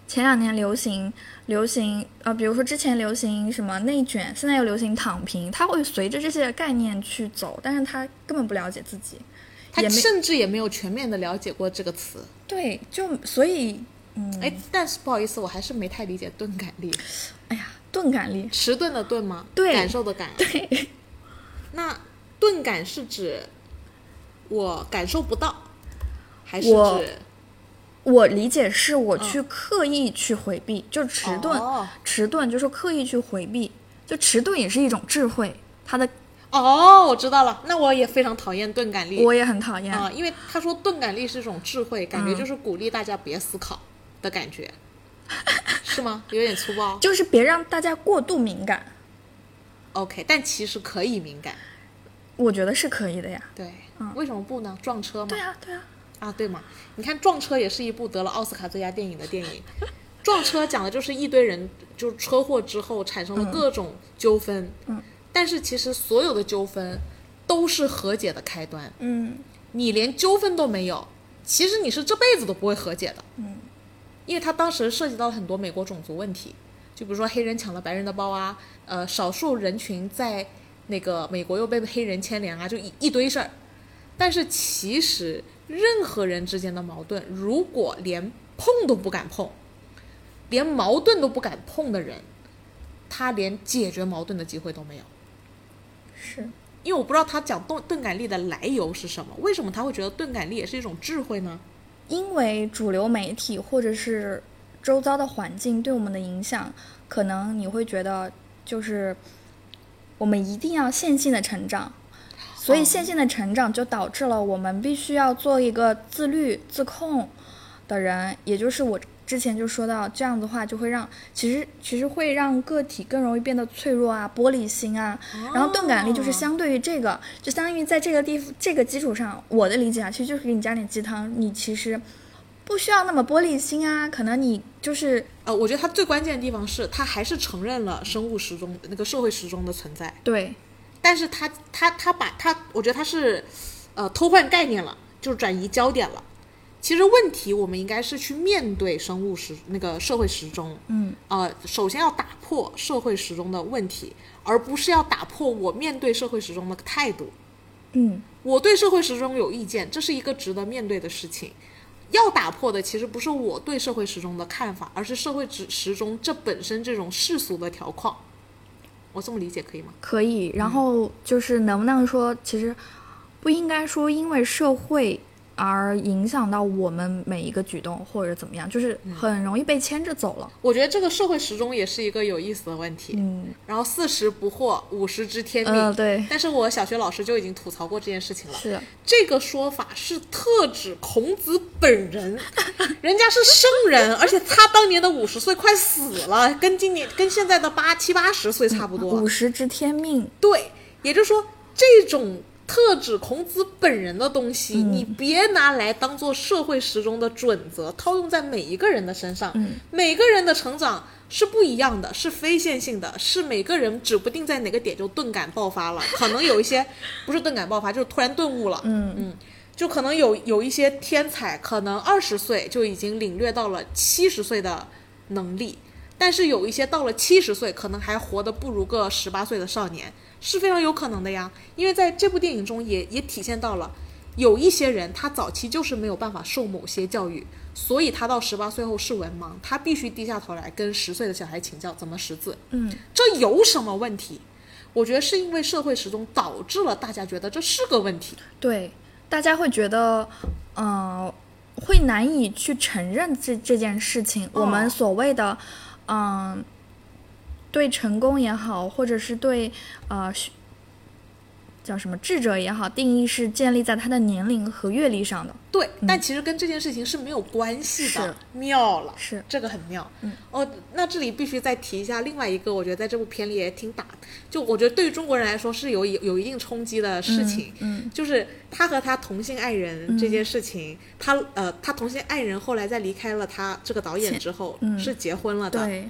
前两年流行流行呃，比如说之前流行什么内卷，现在又流行躺平，他会随着这些概念去走，但是他根本不了解自己，
他
也没
甚至也没有全面的了解过这个词。
对，就所以嗯，
哎、但是不好意思，我还是没太理解钝感力，
哎呀，钝感力，
迟钝的钝吗？
对
感受的感。啊
对，
那钝感是指我感受不到，还是
我
指
我理解是我去刻意去回避，就迟钝，
哦
迟钝就是刻意去回避，就迟钝也是一种智慧，他的
哦，我知道了。那我也非常讨厌钝感力
我也嗯很讨厌，
啊、因为他说钝感力是一种智慧，感觉就是鼓励大家别思考的感觉， 是吗？有点粗暴。
就是别让大家过度敏感。
OK，但其实可以敏感，
我觉得是可以的呀。
对，
嗯
为什么不呢？撞车嘛
对，啊，对啊，
啊，对嘛？你看《撞车》也是一部得了奥斯卡最佳电影的电影，《撞车》讲的就是一堆人就是车祸之后产生了各种纠纷，嗯，但是其实所有的纠纷都是和解的开端，
嗯，
你连纠纷都没有，其实你是这辈子都不会和解的。嗯，因为他当时涉及到了很多美国种族问题，就比如说黑人抢了白人的包啊，呃，少数人群在那个美国又被黑人牵连啊，就一一堆事儿。但是其实任何人之间的矛盾，如果连碰都不敢碰，连矛盾都不敢碰的人，他连解决矛盾的机会都没有。
是，
因为我不知道他讲钝钝感力的来由是什么，为什么他会觉得钝感力也是一种智慧呢？
因为主流媒体或者是周遭的环境对我们的影响，可能你会觉得就是我们一定要线性的成长，所以
哦
线性的成长就导致了我们必须要做一个自律自控的人，也就是我。之前就说到，这样的话就会让，其实其实会让个体更容易变得脆弱啊、玻璃心啊，然后钝感力就是
哦
相对于这个，就相当于在这个地这个基础上，我的理解啊，其实就是给你加点鸡汤，你其实。不需要那么玻璃心啊，可能你就是
呃，我觉得他最关键的地方是他还是承认了生物时钟那个社会时钟的存在，
对
但是他他他把他，我觉得他是呃偷换概念了，就是转移焦点了。其实问题我们应该是去面对生物时那个社会时钟，
嗯，
呃，首先要打破社会时钟的问题，而不是要打破我面对社会时钟的态度。
嗯
我对社会时钟有意见，这是一个值得面对的事情。要打破的其实不是我对社会时钟的看法，而是社会时时钟这本身这种世俗的条框。我这么理解可以吗？
可以。然后就是能不能说，其实不应该说因为社会而影响到我们每一个举动或者怎么样，就是很容易被牵着走了。
我觉得这个社会时钟也是一个有意思的问题。
嗯，
然后四十不惑，五十知天命。
呃，对，
但是我小学老师就已经吐槽过这件事情了。
是
这个说法是特指孔子本人， 人家是圣人，而且他当年的五十岁快死了，跟今年跟现在的八七八十岁差不多
五。十知天命。
对，也就是说，这种特指孔子本人的东西，你别拿来当做社会时钟的准则，套用在每一个人的身上。每个人的成长是不一样的，是非线性的，是每个人指不定在哪个点就钝感爆发了，可能有一些不是钝感爆发，就是突然顿悟了。嗯嗯。就可能有有一些天才，可能二十岁就已经领略到了七十岁的能力，但是有一些到了七十岁，可能还活得不如个十八岁的少年，是非常有可能的呀。因为在这部电影中也也体现到了，有一些人他早期就是没有办法受某些教育，所以他到十八岁后是文盲，他必须低下头来跟十岁的小孩请教怎么识字。
嗯，
这有什么问题？我觉得是因为社会时钟导致了大家觉得这是个问题。
对，大家会觉得，呃，会难以去承认这这件事情。我
哦
们所谓的，嗯、对成功也好，或者是对呃学叫什么智者也好，定义是建立在他的年龄和阅历上的。
对，但其实跟这件事情是没有关系的
嗯是，
妙了，
是
这个很妙。嗯，哦，那这里必须再提一下另外一个，我觉得在这部片里也挺打，就我觉得对于中国人来说是有有有一定冲击的事情，
嗯，
就是他和他同性爱人这件事情，他呃，他同性爱人后来在离开了他这个导演
前
之后、
嗯
是结婚了的，
对，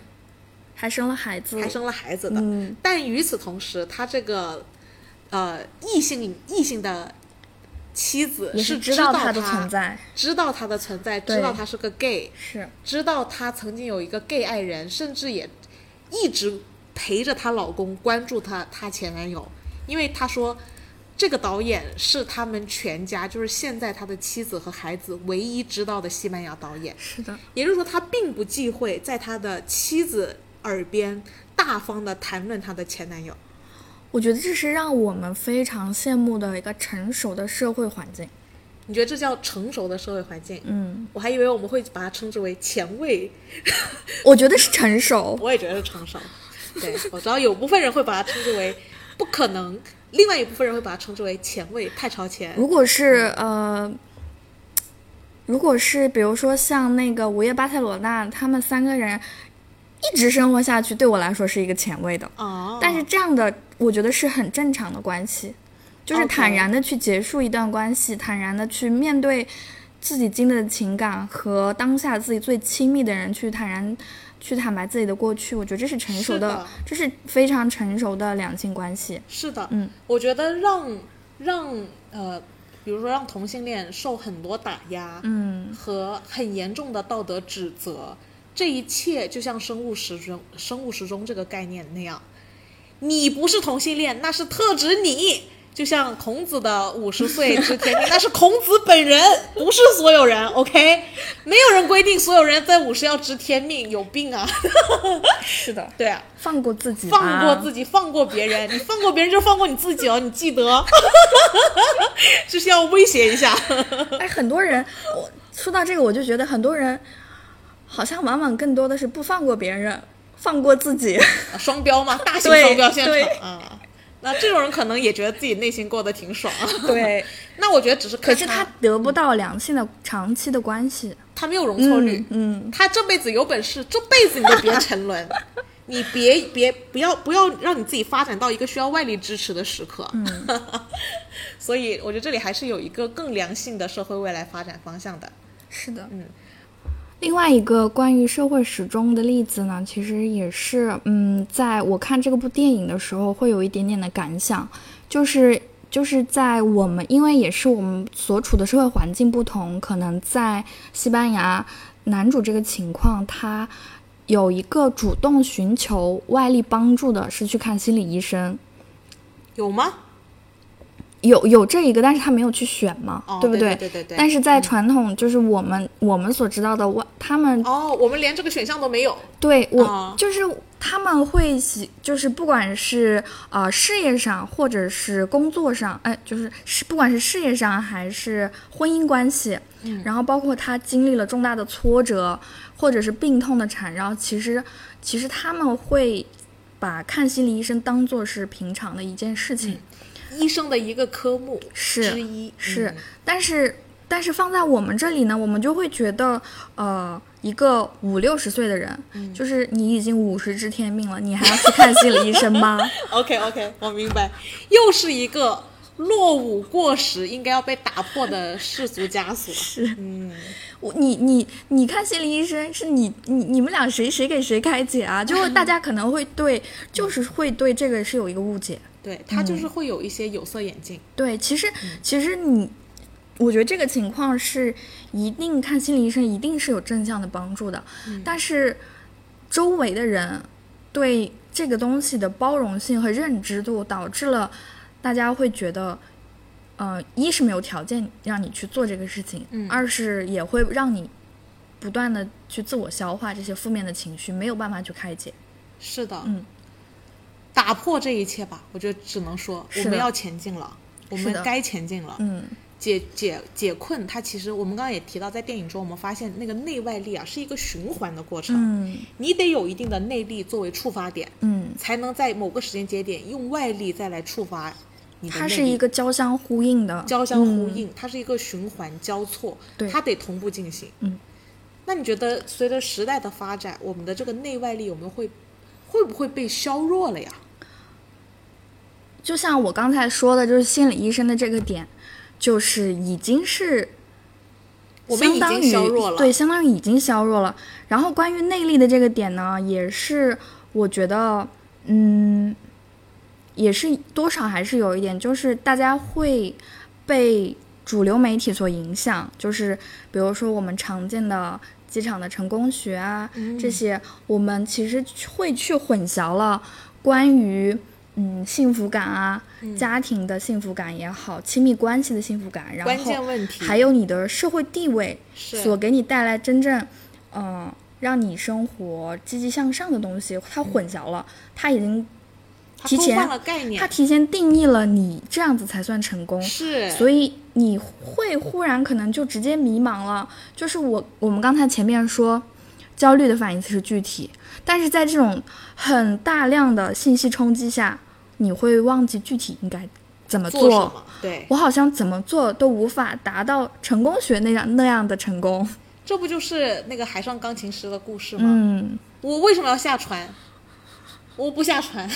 还生了孩子，
还生了孩子的，
嗯，
但与此同时，他这个呃异性异性的妻子
也
呃是
知
道
道他的存在，
知道他的存在，
对
知道他是个 gay，
是
知道他曾经有一个 gay 爱人，甚至也一直陪着她老公关注她她前男友，因为她说这个导演是他们全家，就是现在他的妻子和孩子唯一知道的西班牙导演，
是的，
也就是说他并不忌讳在他的妻子耳边大方的谈论他的前男友。
我觉得这是让我们非常羡慕的一个成熟的社会环境。
你觉得这叫成熟的社会环境？
嗯，
我还以为我们会把它称之为前卫
我觉得是成熟。
我也觉得是成熟。对，我知道有部分人会把它称之为不可能，另外一部分人会把它称之为前卫、太超前。
如果是呃，如果是比如说像那个午夜巴塞罗那，他们三个人一直生活下去，对我来说是一个前卫的。
哦，
但是这样的，我觉得是很正常的关系，就是坦然的去结束一段关系，坦然的去面对自己经历的情感和当下自己最亲密的人，去坦然去坦白自己的过去。我觉得这是成熟
是
的，
的
这是非常成熟的两性关系。
是的，
嗯，
我觉得让让呃，比如说让同性恋受很多打压，
嗯，
和很严重的道德指责，这一切就像生物时钟、生物时钟这个概念那样，你不是同性恋，那是特指你。就像孔子的五十岁之天命，那是孔子本人，不是所有人。OK，没有人规定所有人在五十要知天命，有病啊！
是的，
对啊，
放过自己，
放过自己，放过别人，你放过别人就放过你自己哦， 你记得，这是要威胁一下。
哎，很多人，我说到这个，我就觉得很多人好像往往更多的是不放过别人，放过自己。
啊双标嘛，大型
对
双标现
对
场啊。那这种人可能也觉得自己内心过得挺爽。啊
对，
那我觉得只是看
可是他得不到良性的长期的关系。
他没有容错率，
嗯，
他这辈子有本事，这辈子你都别沉 沦，你别别不要不要让你自己发展到一个需要外力支持的时刻。
嗯
所以我觉得这里还是有一个更良性的社会未来发展方向的。
是的，
嗯，
另外一个关于社会时钟的例子呢，其实也是，嗯，在我看这个部电影的时候，会有一点点的感想，就是就是在我们，因为也是我们所处的社会环境不同，可能在西班牙，男主这个情况，他有一个主动寻求外力帮助的，是去看心理医生，
有吗？
有有这一个，但是他没有去选嘛，
哦，
对不
对
对？
对对对。
但是在传统，就是我们、我们所知道的外，他们
哦，我们连这个选项都没有。
对我、
啊
就是他们会喜，就是不管是呃事业上，或者是工作上，哎，就是是不管是事业上还是婚姻关系，然后包括他经历了重大的挫折，或者是病痛的缠绕，其实其实他们会把看心理医生当做是平常的一件事情，
医生的一个科目
是
之一
是，
嗯
但是但是放在我们这里呢，我们就会觉得，呃，一个五六十岁的人，就是你已经五十知天命了，你还要去看心理医生吗？
OK OK，我明白，又是一个落伍过时应该要被打破的世俗枷锁。
是
嗯，
我你你你看心理医生，是你你你们俩谁谁给谁开解啊？就会大家可能会对，就是会对这个是有一个误解。
对他就是会有一些有色眼镜。
对，其实
嗯
其实你，我觉得这个情况是一定看心理医生一定是有正向的帮助的，
嗯
但是周围的人对这个东西的包容性和认知度，导致了大家会觉得。呃，一是没有条件让你去做这个事情，
嗯
二是也会让你不断的去自我消化这些负面的情绪，没有办法去开解。
是的，
嗯，
打破这一切吧，我觉得只能说
是
我
的
们要前进了，我
是
们
的
该前进了。
嗯，
解解解困，它其实我们刚刚也提到，在电影中我们发现那个内外力啊是一个循环的过程，
嗯
你得有一定的内力作为触发点，
嗯，
才能在某个时间节点用外力再来触发你的内力。
它是一个交相呼应的，
交相呼
嗯
应，它是一个循环交错
对，
它得同步进行。
嗯，
那你觉得随着时代的发展，我们的这个内外力有没有会会不会被削弱了呀？
就像我刚才说的，就是心理医生的这个点，就是已经是
我们已
相当于
经削弱了，
对，相当于已经削弱了。然后关于内力的这个点呢，也是我觉得，嗯，也是多少还是有一点，就是大家会被主流媒体所影响，就是比如说我们常见的。机场的成功学啊，
嗯
这些我们其实会去混淆了关于嗯幸福感啊、
嗯
家庭的幸福感也好，亲密关系的幸福感，然后
关键问题
还有你的社会地位
是
所给你带来真正，嗯、让你生活积极向上的东西，
嗯
它混淆了，它已经
它
提
偷
前
换了概
它
念，
提前定义了你这样子才算成功，
是，
所以你会忽然可能就直接迷茫了。就是我我们刚才前面说，焦虑的反义词是具体，但是在这种很大量的信息冲击下，你会忘记具体应该怎么
做什么？对，
我好像怎么做都无法达到成功学那样那样的成功。
这不就是那个海上钢琴师的故事吗？
嗯，
我为什么要下船？我不下船，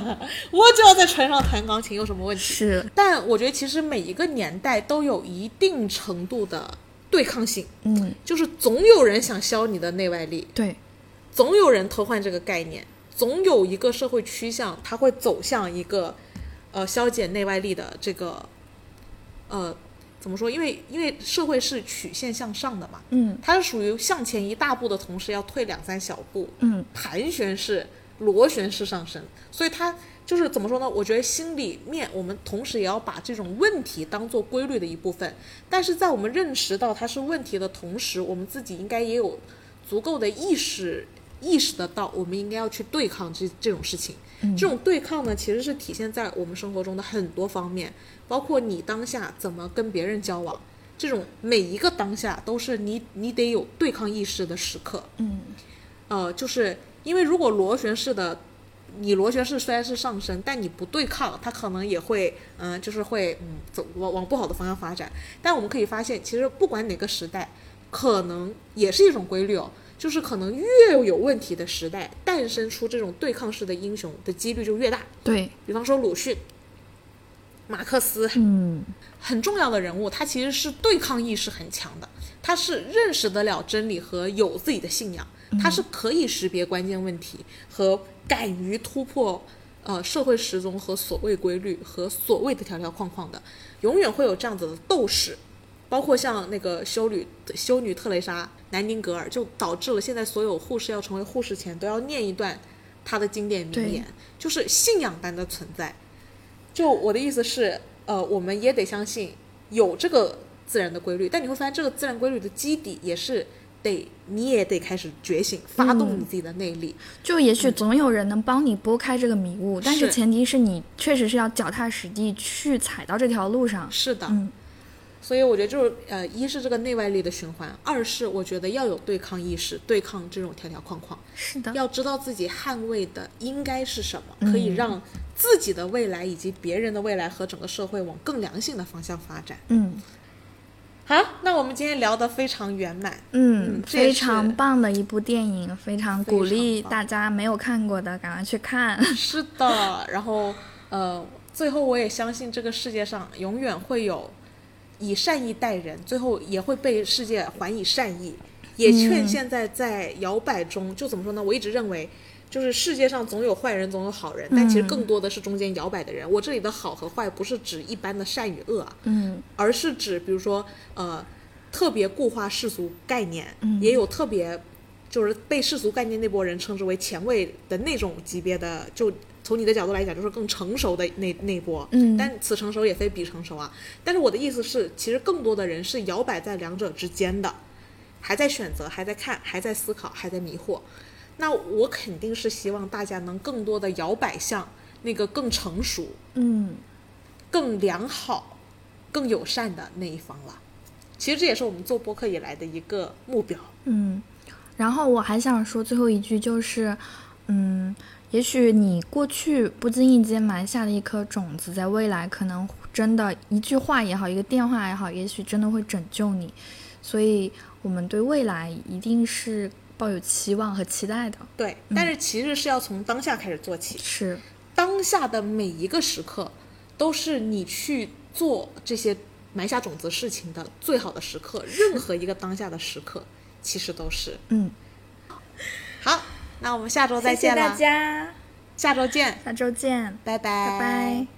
我就要在船上弹钢琴，有什么问题？
是，
但我觉得其实每一个年代都有一定程度的对抗性，
嗯，
就是总有人想消你的内外力，
对，
总有人偷换这个概念，总有一个社会趋向，它会走向一个呃消减内外力的这个呃怎么说？因为因为社会是曲线向上的嘛，
嗯
它是属于向前一大步的同时要退两三小步，
嗯
盘旋式、螺旋式上升，所以它就是怎么说呢？我觉得心里面我们同时也要把这种问题当做规律的一部分，但是在我们认识到它是问题的同时，我们自己应该也有足够的意识。意识得到，我们应该要去对抗这这种事情。这种对抗呢，其实是体现在我们生活中的很多方面，包括你当下怎么跟别人交往，这种每一个当下都是你你得有对抗意识的时刻。
嗯
呃，就是因为如果螺旋式的，你螺旋式虽然是上升，但你不对抗，它可能也会，嗯、就是会，嗯，走往往不好的方向发展。但我们可以发现，其实不管哪个时代，可能也是一种规律哦，就是可能越有问题的时代，诞生出这种对抗式的英雄的几率就越大。
嗯对，
比方说鲁迅，马克思
嗯
很重要的人物，他其实是对抗意识很强的，他是认识得了真理和有自己的信仰，他是可以识别关键问题和敢于突破呃社会时钟和所谓规律和所谓的条条框框的，永远会有这样子的斗士。包括像那个修女修女特蕾莎南丁格尔，就导致了现在所有护士要成为护士前都要念一段她的经典名
对
言，就是信仰般的存在。就我的意思是，呃，我们也得相信有这个自然的规律，但你会发现这个自然规律的基底也是得你也得开始觉醒，发动你自己的内力。
就也许总有人能帮你拨开这个迷雾，但是
是
前提是你确实是要脚踏实地去踩到这条路上。
是的，
嗯
所以我觉得就是呃，一是这个内外力的循环，二是我觉得要有对抗意识，对抗这种条条框框，
是的，
要知道自己捍卫的应该是什么，可以
嗯
让自己的未来以及别人的未来和整个社会往更良性的方向发展。
嗯
好，那我们今天聊得非常圆满。
嗯
嗯，这也
非
是
常棒的一部电影，非常鼓
非
励
常棒
大家没有看过的赶快去看。
是的，然后呃，最后我也相信这个世界上永远会有以善意待人，最后也会被世界还以善意。也劝现在在摇摆中，就怎么说呢？我一直认为，就是世界上总有坏人，总有好人，但其实更多的是中间摇摆的人。我这里的好和坏，不是指一般的善与恶啊，
嗯
而是指比如说呃特别固化世俗概念，也有特别就是被世俗概念那波人称之为前卫的那种级别的，就从你的角度来讲，就是更成熟的那那波。
嗯
但此成熟也非彼成熟啊。但是我的意思是，其实更多的人是摇摆在两者之间的，还在选择，还在看，还在思考，还在迷惑。那我肯定是希望大家能更多的摇摆向那个更成熟、
嗯，
更良好、更友善的那一方了。其实这也是我们做播客以来的一个目标。
嗯，然后我还想说最后一句就是，嗯，也许你过去不经意间埋下的一颗种子，在未来可能真的一句话也好，一个电话也好，也许真的会拯救你。所以，我们对未来一定是抱有期望和期待的。
对，但是其实是要从当下开始做起，
是，
当下的每一个时刻，都是你去做这些埋下种子事情的最好的时刻。任何一个当下的时刻，其实都是
嗯，
好。那我们下周再
谢谢
见了，
大家，
下周见，
下周见，
拜拜，
拜拜